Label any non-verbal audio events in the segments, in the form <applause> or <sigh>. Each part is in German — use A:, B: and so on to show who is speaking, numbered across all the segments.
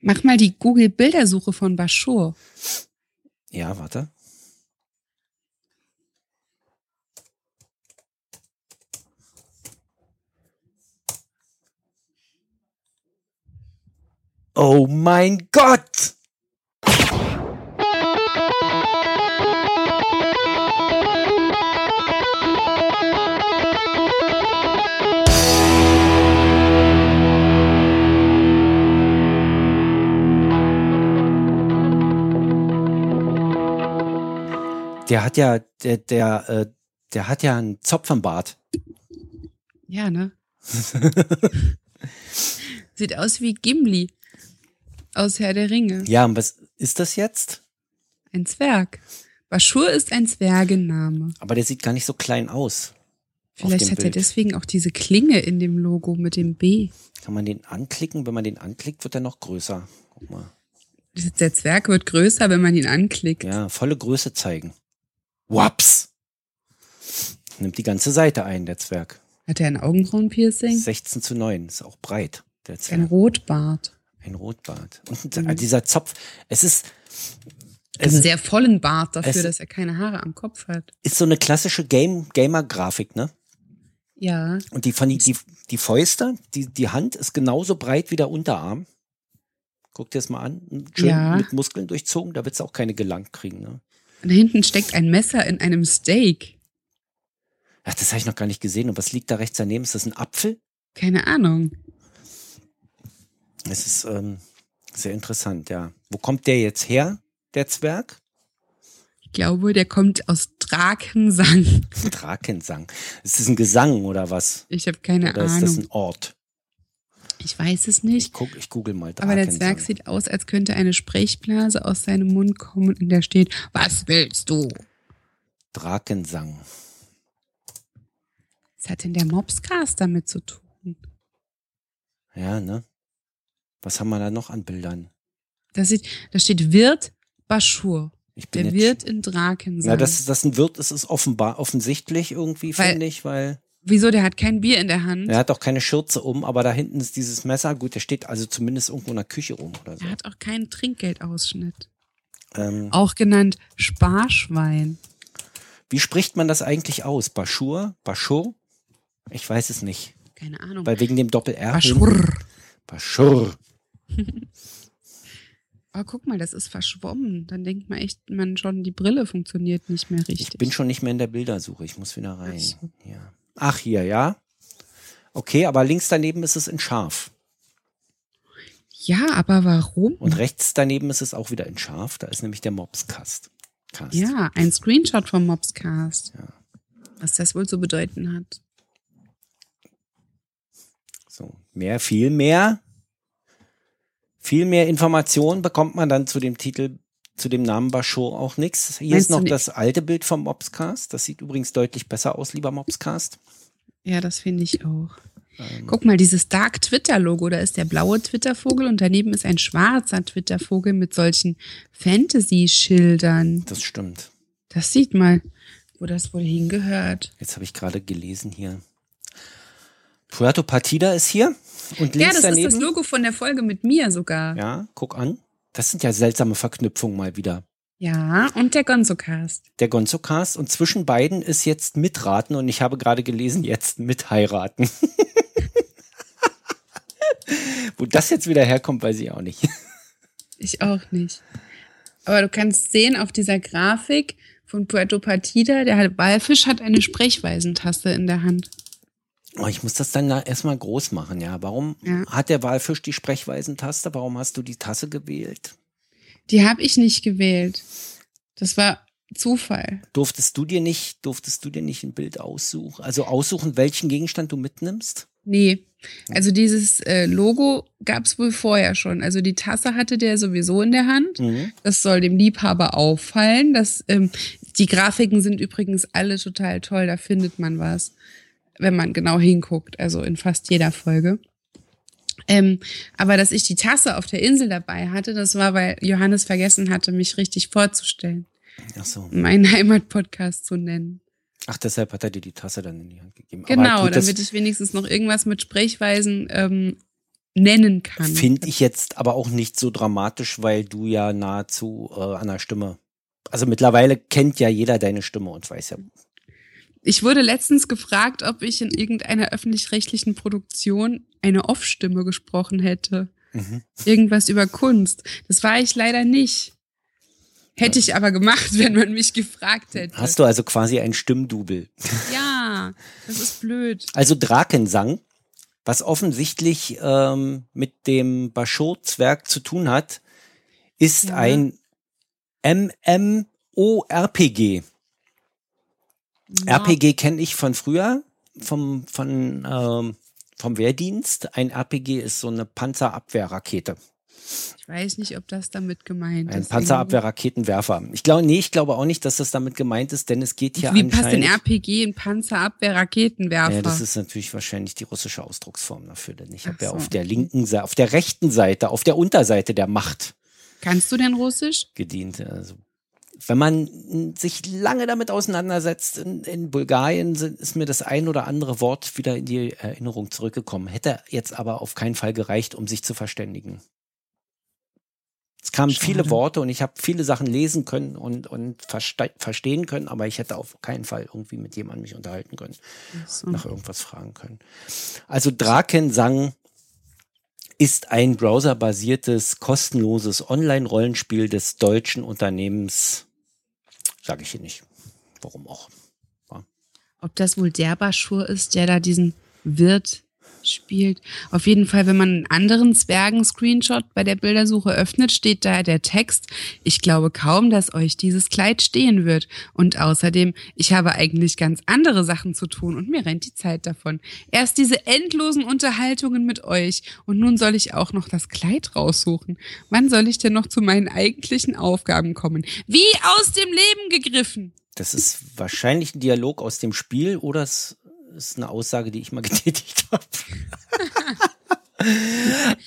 A: Mach mal die Google-Bildersuche von Bashur.
B: Ja, warte. Oh mein Gott! Der hat ja, der, der, äh, der hat ja einen Zopf am Bart.
A: Ja,
B: <laughs>
A: ne? Sieht aus wie Gimli aus Herr der Ringe.
B: Ja, und was ist das jetzt?
A: Ein Zwerg. Bashur ist ein Zwergenname.
B: Aber der sieht gar nicht so klein aus. auf
A: Vielleicht
B: dem
A: hat er
B: Bild.
A: deswegen auch diese Klinge in dem Logo mit dem B.
B: Kann man den anklicken? Wenn man den anklickt, wird er noch größer. Guck mal.
A: Der Zwerg wird größer, wenn man ihn anklickt.
B: Ja, volle Größe zeigen. Waps! Nimmt die ganze Seite ein, der Zwerg.
A: Hat er ein Augenbrauenpiercing?
B: 16 zu 9, ist auch breit, der
A: Ein
B: Zwerg.
A: Rotbart.
B: Ein Rotbart. Und äh, dieser Zopf, es ist,
A: Einen
B: es
A: sehr vollen Bart dafür,
B: es-
A: dass er keine Haare am Kopf hat.
B: ist so eine klassische Game, Gamer-Grafik, ne?
A: Ja,
B: Und die, von die, die, die Fäuste, die, die Hand ist genauso breit wie der Unterarm. Guck dir das mal an. Schön
A: Ja.
B: mit Muskeln durchzogen, da wird's auch keine gelangt kriegen, ne?
A: und da hinten steckt ein Messer in einem Steak.
B: Ach, das habe ich noch gar nicht gesehen. Und was liegt da rechts daneben? Ist das ein Apfel?
A: Keine Ahnung.
B: Es ist ähm, sehr interessant, ja. Wo kommt der jetzt her, der Zwerg?
A: Ich glaube, der kommt aus Drakensang.
B: Drakensang. Ist das ein Gesang oder was?
A: Ich habe keine
B: Oder ist das
A: Ahnung.
B: ein Ort?
A: Ich weiß es
B: Ich,
A: nicht.
B: guck, ich google mal
A: Aber der
B: Drakensang.
A: Zwerg sieht aus, als könnte eine Sprechblase aus seinem Mund kommen, in der steht, was willst du?
B: Drakensang.
A: Was hat denn der Mobscast damit zu tun?
B: Ja, ne? Was haben wir da noch an Bildern?
A: Da sieht, da steht Wirt Baschur.
B: Ich bin
A: Der
B: jetzt-
A: Wirt in Drakensang.
B: Na, dass das ein Wirt ist, ist offenbar offensichtlich irgendwie,
A: Weil-
B: finde ich, weil
A: Wieso, der hat kein Bier in der Hand?
B: er hat auch keine Schürze um, aber da hinten ist dieses Messer. Gut, der steht also zumindest irgendwo in der Küche rum oder so.
A: Er hat auch keinen Trinkgeldausschnitt.
B: Ähm,
A: Auch genannt Sparschwein.
B: wie spricht man das eigentlich aus? Baschur? Baschur? Ich weiß es nicht.
A: Keine Ahnung.
B: Weil wegen dem Doppel-R. hinten-
A: Baschur.
B: Baschur.
A: Aber Ah, guck mal, das ist verschwommen. Dann denkt man echt, man schon, die Brille funktioniert nicht mehr richtig.
B: Ich bin schon nicht mehr in der Bildersuche. Ich muss wieder rein.
A: Ach so.
B: Ja. Ach, hier, ja. Okay, aber links daneben ist es in scharf.
A: ja, aber warum?
B: Und rechts daneben ist es auch wieder in scharf. Da ist nämlich der Mobscast. Cast.
A: Ja, ein Screenshot vom Mobscast.
B: Ja.
A: Was das wohl zu bedeuten hat.
B: So, mehr, viel mehr. Viel mehr Informationen bekommt man dann zu dem Titel, zu dem Namen Basho auch nichts. Hier
A: Meinst
B: ist noch
A: du nicht?
B: das alte Bild vom Mobscast. Das sieht übrigens deutlich besser aus, lieber Mobscast.
A: Ja, das finde ich auch.
B: Ähm,
A: Guck mal, dieses Dark Twitter-Logo, da ist der blaue Twitter-Vogel und daneben ist ein schwarzer Twitter-Vogel mit solchen Fantasy-Schildern.
B: Ähm, das stimmt.
A: Das sieht mal, wo das wohl hingehört.
B: Jetzt habe ich gerade gelesen hier. Puerto Partida ist hier. Und links
A: Ja, das
B: daneben.
A: ist das Logo von der Folge mit mir sogar. Ja,
B: Ja, guck an. Das sind ja seltsame Verknüpfungen mal wieder.
A: und der Gonzo-Cast.
B: Der Gonzo-Cast und zwischen beiden ist jetzt mitraten und ich habe gerade gelesen, jetzt mitheiraten. <laughs> Wo das jetzt wieder herkommt, weiß ich auch nicht.
A: Ich auch nicht. Aber du kannst sehen auf dieser Grafik von Puerto Partida, der Walfisch hat eine Sprechweisentaste in der Hand.
B: Oh, ich muss das dann na- erstmal groß machen, ja. Warum
A: Ja.
B: hat der Walfisch die Sprechweisentaste? Warum hast du die Tasse gewählt?
A: Die habe ich nicht gewählt. Das war Zufall.
B: Durftest du dir nicht, durftest du dir nicht ein Bild aussuchen? Also aussuchen, welchen Gegenstand du mitnimmst?
A: Nee. Also dieses äh, Logo gab es wohl vorher schon. Also die Tasse hatte der sowieso in der Hand.
B: Mhm.
A: Das soll dem Liebhaber auffallen. Das, ähm, die Grafiken sind übrigens alle total toll. Da findet man was, wenn man genau hinguckt. Also in fast jeder Folge. Ähm, aber dass ich die Tasse auf der Insel dabei hatte, das war, weil Johannes vergessen hatte, mich richtig vorzustellen,
B: Ach so.
A: meinen <laughs> Heimatpodcast zu nennen.
B: Ach, deshalb hat er dir die Tasse dann in die Hand gegeben. Aber
A: Genau,
B: gut, das-
A: damit ich wenigstens noch irgendwas mit Sprechweisen ähm, nennen kann.
B: Finde ich jetzt aber auch nicht so dramatisch, weil du ja nahezu äh, an der Stimme. Also mittlerweile kennt ja jeder deine Stimme und weiß ja.
A: Ich wurde letztens gefragt, ob ich in irgendeiner öffentlich-rechtlichen Produktion eine Off-Stimme gesprochen hätte.
B: Mhm.
A: Irgendwas über Kunst. Das war ich leider nicht. Hätte ich aber gemacht, <laughs> wenn man mich gefragt hätte.
B: Hast du also quasi ein Stimmdubel.
A: Ja, das ist blöd.
B: Also Drakensang, was offensichtlich ähm, mit dem Bashot-Zwerg zu tun hat, ist
A: Ja.
B: ein MMORPG.
A: Ja.
B: RPG kenne ich von früher, vom, von, ähm, vom Wehrdienst. Ein RPG ist so eine Panzerabwehrrakete.
A: Ich weiß nicht, ob das damit gemeint
B: Ein
A: ist.
B: Panzerabwehrraketenwerfer. Ich glaube, nee, ich glaube auch nicht, dass das damit gemeint ist, denn es geht hier
A: Wie passt denn
B: anscheinend.
A: RPG in Panzerabwehr, Raketenwerfer?
B: Ja, das ist natürlich wahrscheinlich die russische Ausdrucksform dafür, denn ich habe
A: Ach
B: ja
A: so.
B: auf der linken Seite, auf der rechten Seite, auf der Unterseite der Macht
A: Kannst du denn Russisch?
B: gedient. Also, wenn man mm, sich lange damit auseinandersetzt, in, in Bulgarien sind, ist mir das ein oder andere Wort wieder in die Erinnerung zurückgekommen. Hätte jetzt aber auf keinen Fall gereicht, um sich zu verständigen. Es kamen
A: Schade.
B: viele Worte und ich habe viele Sachen lesen können und, und verste verstehen können, aber ich hätte auf keinen Fall irgendwie mit jemandem mich unterhalten können
A: Ach so.
B: nach irgendwas fragen können. Also Drakensang ist ein browserbasiertes, kostenloses Online-Rollenspiel des deutschen Unternehmens. Sage ich hier nicht. Warum auch?
A: Ob das wohl der Baschur ist, der da diesen Wirt spielt? Auf jeden Fall, wenn man einen anderen Zwergen-Screenshot bei der Bildersuche öffnet, steht da der Text, ich glaube kaum, dass euch dieses Kleid stehen wird. Und außerdem, ich habe eigentlich ganz andere Sachen zu tun und mir rennt die Zeit davon. Erst diese endlosen Unterhaltungen mit euch und nun soll ich auch noch das Kleid raussuchen. Wann soll ich denn noch zu meinen eigentlichen Aufgaben kommen? Wie aus dem Leben gegriffen!
B: Das ist wahrscheinlich ein Dialog aus dem Spiel oder es ist eine Aussage, die ich mal <laughs> getätigt habe.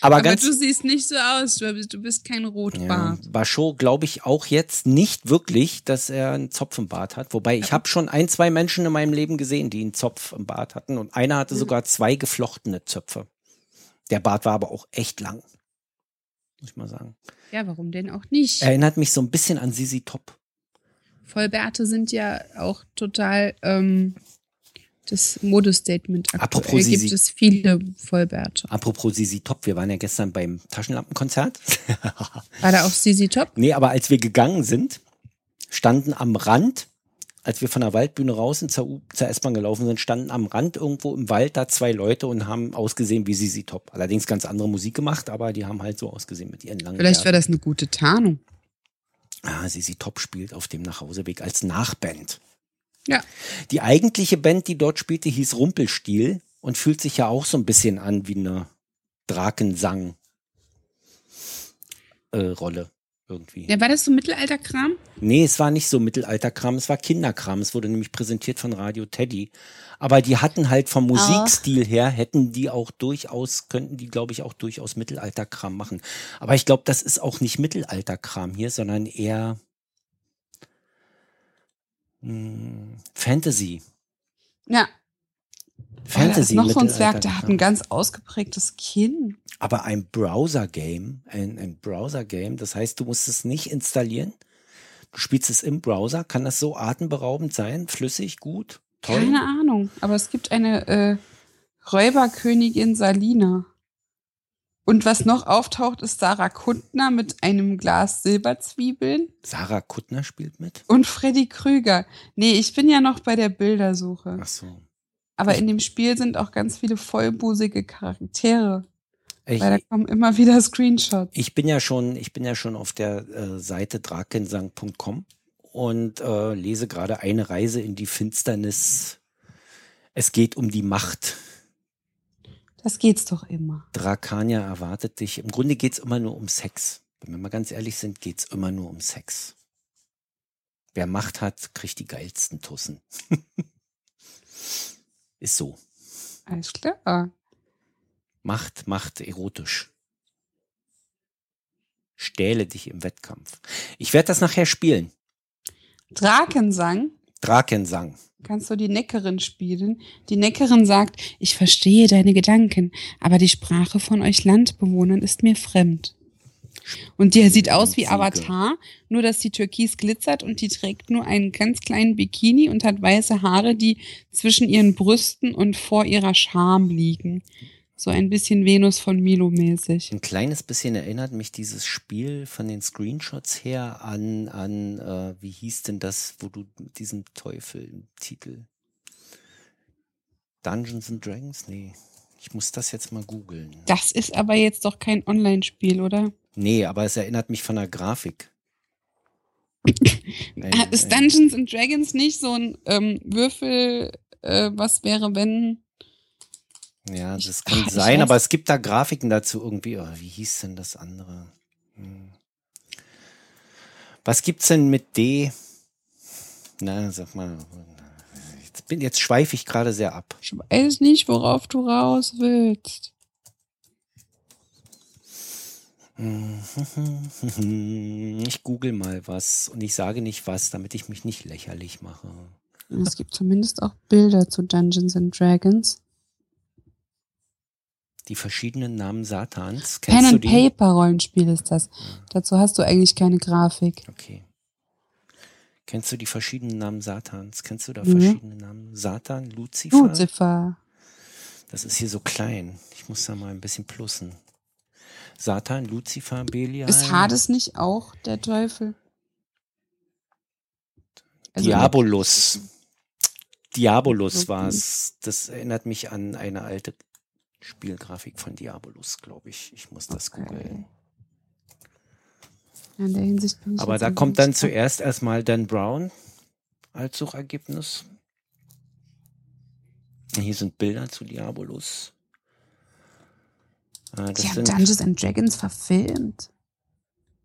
B: Aber,
A: Aber
B: ganz
A: du siehst nicht so aus, du bist, du bist kein
B: Ja,
A: Rotbart.
B: Bachot glaube ich auch jetzt nicht wirklich, dass er einen Zopf im Bart hat. Wobei ich habe schon ein, zwei Menschen in meinem Leben gesehen, die einen Zopf im Bart hatten. Und einer hatte sogar zwei geflochtene Zöpfe. Der Bart war aber auch echt lang. Muss ich mal sagen.
A: Ja, warum denn auch nicht?
B: Erinnert mich so ein bisschen an Sisi Top.
A: Vollbärte sind ja auch total ähm, das Modestatement.
B: Apropos
A: Aktuell gibt
B: Sisi.
A: es viele Vollbärte.
B: Apropos Sisi Top, wir waren ja gestern beim Taschenlampenkonzert.
A: War da auch Sisi Top?
B: Nee, aber als wir gegangen sind, standen am Rand, als wir von der Waldbühne raus in zur, U- zur S-Bahn gelaufen sind, standen am Rand irgendwo im Wald da zwei Leute und haben ausgesehen wie Sisi Top. Allerdings ganz andere Musik gemacht, aber die haben halt so ausgesehen mit ihren langen
A: Vielleicht war das eine gute Tarnung.
B: Ah, Sisi Top spielt auf dem Nachhauseweg als Nachband.
A: Ja.
B: Die eigentliche Band, die dort spielte, hieß Rumpelstiel und fühlt sich ja auch so ein bisschen an wie eine Drakensang-Rolle äh, irgendwie.
A: ja war das so Mittelalterkram?
B: Nee, es war nicht so Mittelalterkram, es war Kinderkram. Es wurde nämlich präsentiert von Radio Teddy. Aber die hatten halt vom Musikstil
A: Ah.
B: her, hätten die auch durchaus, könnten die, glaube ich, auch durchaus Mittelalterkram machen. Aber ich glaube, das ist auch nicht Mittelalterkram hier, sondern eher mh, hm, Fantasy.
A: Ja. War da ist
B: Fantasy.
A: noch so ein Zwerg, der hat
B: Mittelalterkram.
A: ein ganz ausgeprägtes Kinn.
B: Aber ein Browser-Game, ein, ein Browser-Game, das heißt, du musst es nicht installieren. Du spielst es im Browser. Kann das so atemberaubend sein? Flüssig, gut, toll?
A: Keine Ahnung. Aber es gibt eine äh, Räuberkönigin Salina. Und was noch auftaucht, ist Sarah Kundner mit einem Glas Silberzwiebeln
B: Sarah Kuttner spielt mit?
A: und Freddy Krüger. Nee, ich bin ja noch bei der Bildersuche.
B: Ach so.
A: Aber in dem Spiel sind auch ganz viele vollbusige Charaktere.
B: Ich,
A: Weil da kommen immer wieder Screenshots.
B: ich bin ja schon, ich bin ja schon auf der äh, Seite drakensang.com und äh, lese gerade eine Reise in die Finsternis. Es geht um die Macht.
A: Das geht's doch immer.
B: Drakania erwartet dich. Im Grunde geht's immer nur um Sex. Wenn wir mal ganz ehrlich sind, geht's immer nur um Sex. Wer Macht hat, kriegt die geilsten Tussen. <laughs> Ist so.
A: Alles klar.
B: Macht, Macht, erotisch. Stähle dich im Wettkampf. Ich werde das nachher spielen.
A: Drakensang.
B: Drakensang.
A: Kannst du die Neckerin spielen? Die Neckerin sagt, ich verstehe deine Gedanken, aber die Sprache von euch Landbewohnern ist mir fremd. Und der sieht aus wie Avatar, nur dass die Türkis glitzert und die trägt nur einen ganz kleinen Bikini und hat weiße Haare, die zwischen ihren Brüsten und vor ihrer Scham liegen. So ein bisschen Venus von Milo mäßig.
B: Ein kleines bisschen erinnert mich dieses Spiel von den Screenshots her an, an äh, wie hieß denn das, wo du mit diesem Teufel im Titel. Dungeons and Dragons? Nee. Ich muss das jetzt mal googeln.
A: Das ist aber jetzt doch kein Online-Spiel, oder?
B: Nee, aber es erinnert mich von
A: <laughs>
B: der Grafik. äh, Ein-
A: Ah, Ist
B: ein-
A: Dungeons and Dragons nicht so ein ähm, Würfel, äh, was wäre, wenn.
B: Ja, das
A: Ah,
B: kann
A: ich
B: sein,
A: weiß-
B: aber es gibt da Grafiken dazu irgendwie. Oh, wie hieß denn das andere? Hm. Was gibt's denn mit D? Na, sag mal. Jetzt, bin, jetzt schweife ich gerade sehr ab.
A: Ich weiß nicht, worauf du raus willst.
B: Hm. <laughs> Ich google mal was und ich sage nicht was, damit ich mich nicht lächerlich mache.
A: Es gibt zumindest auch Bilder zu Dungeons and Dragons.
B: Die verschiedenen Namen Satans.
A: Pen
B: Kennst du
A: and
B: die?
A: Paper Rollenspiel ist das. Dazu hast du eigentlich keine Grafik.
B: Okay. Kennst du die verschiedenen Namen Satans? Kennst du da
A: Mhm.
B: verschiedene Namen? Satan, Luzifer?
A: Lucifer.
B: Das ist hier so klein. Ich muss da mal ein bisschen plussen. Satan, Luzifer, Belial.
A: Ist Hades nicht auch der Teufel? Also- Mhm.
B: Diabolus. Diabolus
A: Okay.
B: war es. Das erinnert mich an eine alte Spielgrafik von Diabolus, glaube ich. Ich muss das
A: Okay.
B: googeln.
A: Ja, in der Hinsicht bin ich
B: Aber
A: jetzt
B: da
A: ein
B: kommt
A: bisschen
B: dann zuerst erstmal Dan Brown als Suchergebnis. Hier sind Bilder zu Diabolus. Äh, das
A: Die haben
B: sind-
A: Dungeons and Dragons verfilmt.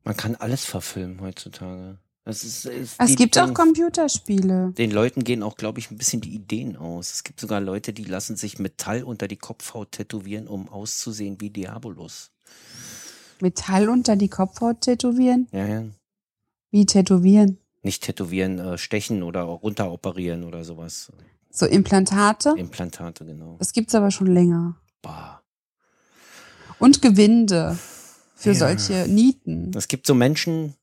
B: Man kann alles verfilmen heutzutage. Das ist, ist
A: Ah, Es
B: die-
A: gibt auch
B: den-
A: Computerspiele.
B: Den Leuten gehen auch, glaube ich, ein bisschen die Ideen aus. Es gibt sogar Leute, die lassen sich Metall unter die Kopfhaut tätowieren, um auszusehen wie Diabolus.
A: Metall unter die Kopfhaut tätowieren?
B: Ja, ja.
A: Wie tätowieren?
B: Nicht tätowieren, äh, stechen oder auch runteroperieren oder sowas.
A: So Implantate?
B: Implantate, genau.
A: Das gibt's aber schon länger.
B: Bah.
A: Und Gewinde für
B: Ja.
A: solche Nieten.
B: Es gibt so Menschen,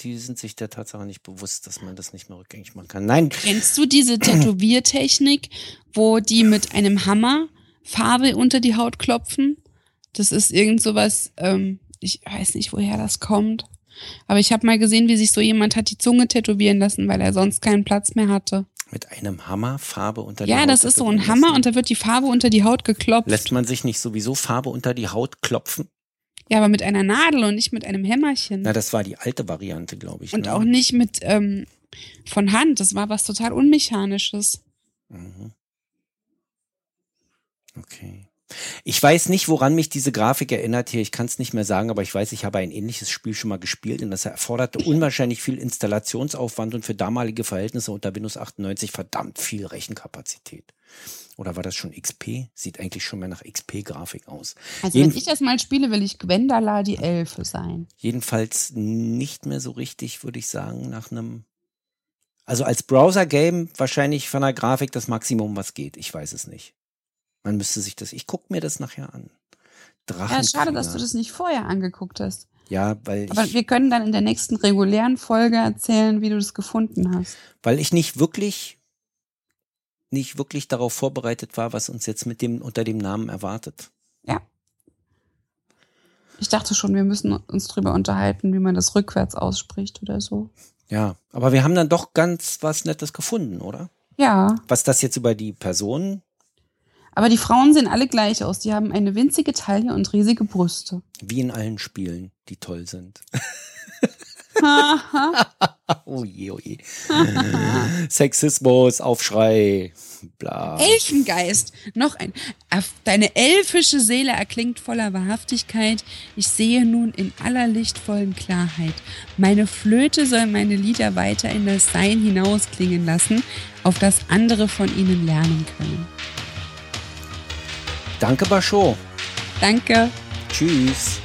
B: die sind sich der Tatsache nicht bewusst, dass man das nicht mehr rückgängig machen kann. Nein,
A: Kennst du diese Tätowiertechnik, wo die mit einem Hammer Farbe unter die Haut klopfen? Das ist irgend sowas, ähm, ich weiß nicht, woher das kommt. Aber ich habe mal gesehen, wie sich so jemand hat die Zunge tätowieren lassen, weil er sonst keinen Platz mehr hatte.
B: mit einem Hammer Farbe unter die
A: Ja,
B: Haut
A: das ist so ein
B: tätowieren
A: Hammer
B: lassen.
A: und da wird die Farbe unter die Haut geklopft.
B: Lässt man sich nicht sowieso Farbe unter die Haut klopfen?
A: ja, aber mit einer Nadel und nicht mit einem Hämmerchen.
B: Na, das war die alte Variante, glaube ich.
A: und
B: ne?
A: auch nicht mit ähm, von Hand. Das war was total Unmechanisches.
B: Mhm. Okay. Ich weiß nicht, woran mich diese Grafik erinnert hier. Ich kann es nicht mehr sagen, aber ich weiß, ich habe ein ähnliches Spiel schon mal gespielt und das erforderte unwahrscheinlich viel Installationsaufwand und für damalige Verhältnisse unter Windows 98 verdammt viel Rechenkapazität. Oder war das schon XP? Sieht eigentlich schon mehr nach XP-Grafik aus.
A: Also
B: Jeden-
A: wenn ich das mal spiele, will ich Gwendala die Elfe sein.
B: Jedenfalls nicht mehr so richtig, würde ich sagen, nach einem. Also als Browser-Game wahrscheinlich von der Grafik das Maximum, was geht. Ich weiß es nicht. Man müsste sich das. Ich gucke mir das nachher an. Drachen.
A: Ja, schade, dass du das nicht vorher angeguckt hast.
B: Ja, weil
A: Aber
B: ich,
A: wir können dann in der nächsten regulären Folge erzählen, wie du das gefunden hast.
B: weil ich nicht wirklich nicht wirklich darauf vorbereitet war, was uns jetzt mit dem unter dem Namen erwartet.
A: Ich dachte schon, wir müssen uns drüber unterhalten, wie man das rückwärts ausspricht oder so.
B: Ja, aber wir haben dann doch ganz was Nettes gefunden, oder?
A: Ja,
B: Was das jetzt über die Personen
A: aber die Frauen sehen alle gleich aus. Die haben eine winzige Taille und riesige Brüste.
B: wie in allen Spielen, die toll sind. Oh je, oh je. Sexismus, Aufschrei, bla.
A: Elfengeist, noch ein. Auf Deine elfische Seele erklingt voller Wahrhaftigkeit. Ich sehe nun in aller lichtvollen Klarheit. Meine Flöte soll meine Lieder weiter in das Sein hinausklingen lassen, auf das andere von ihnen lernen können.
B: Danke, Basho.
A: Danke.
B: Tschüss.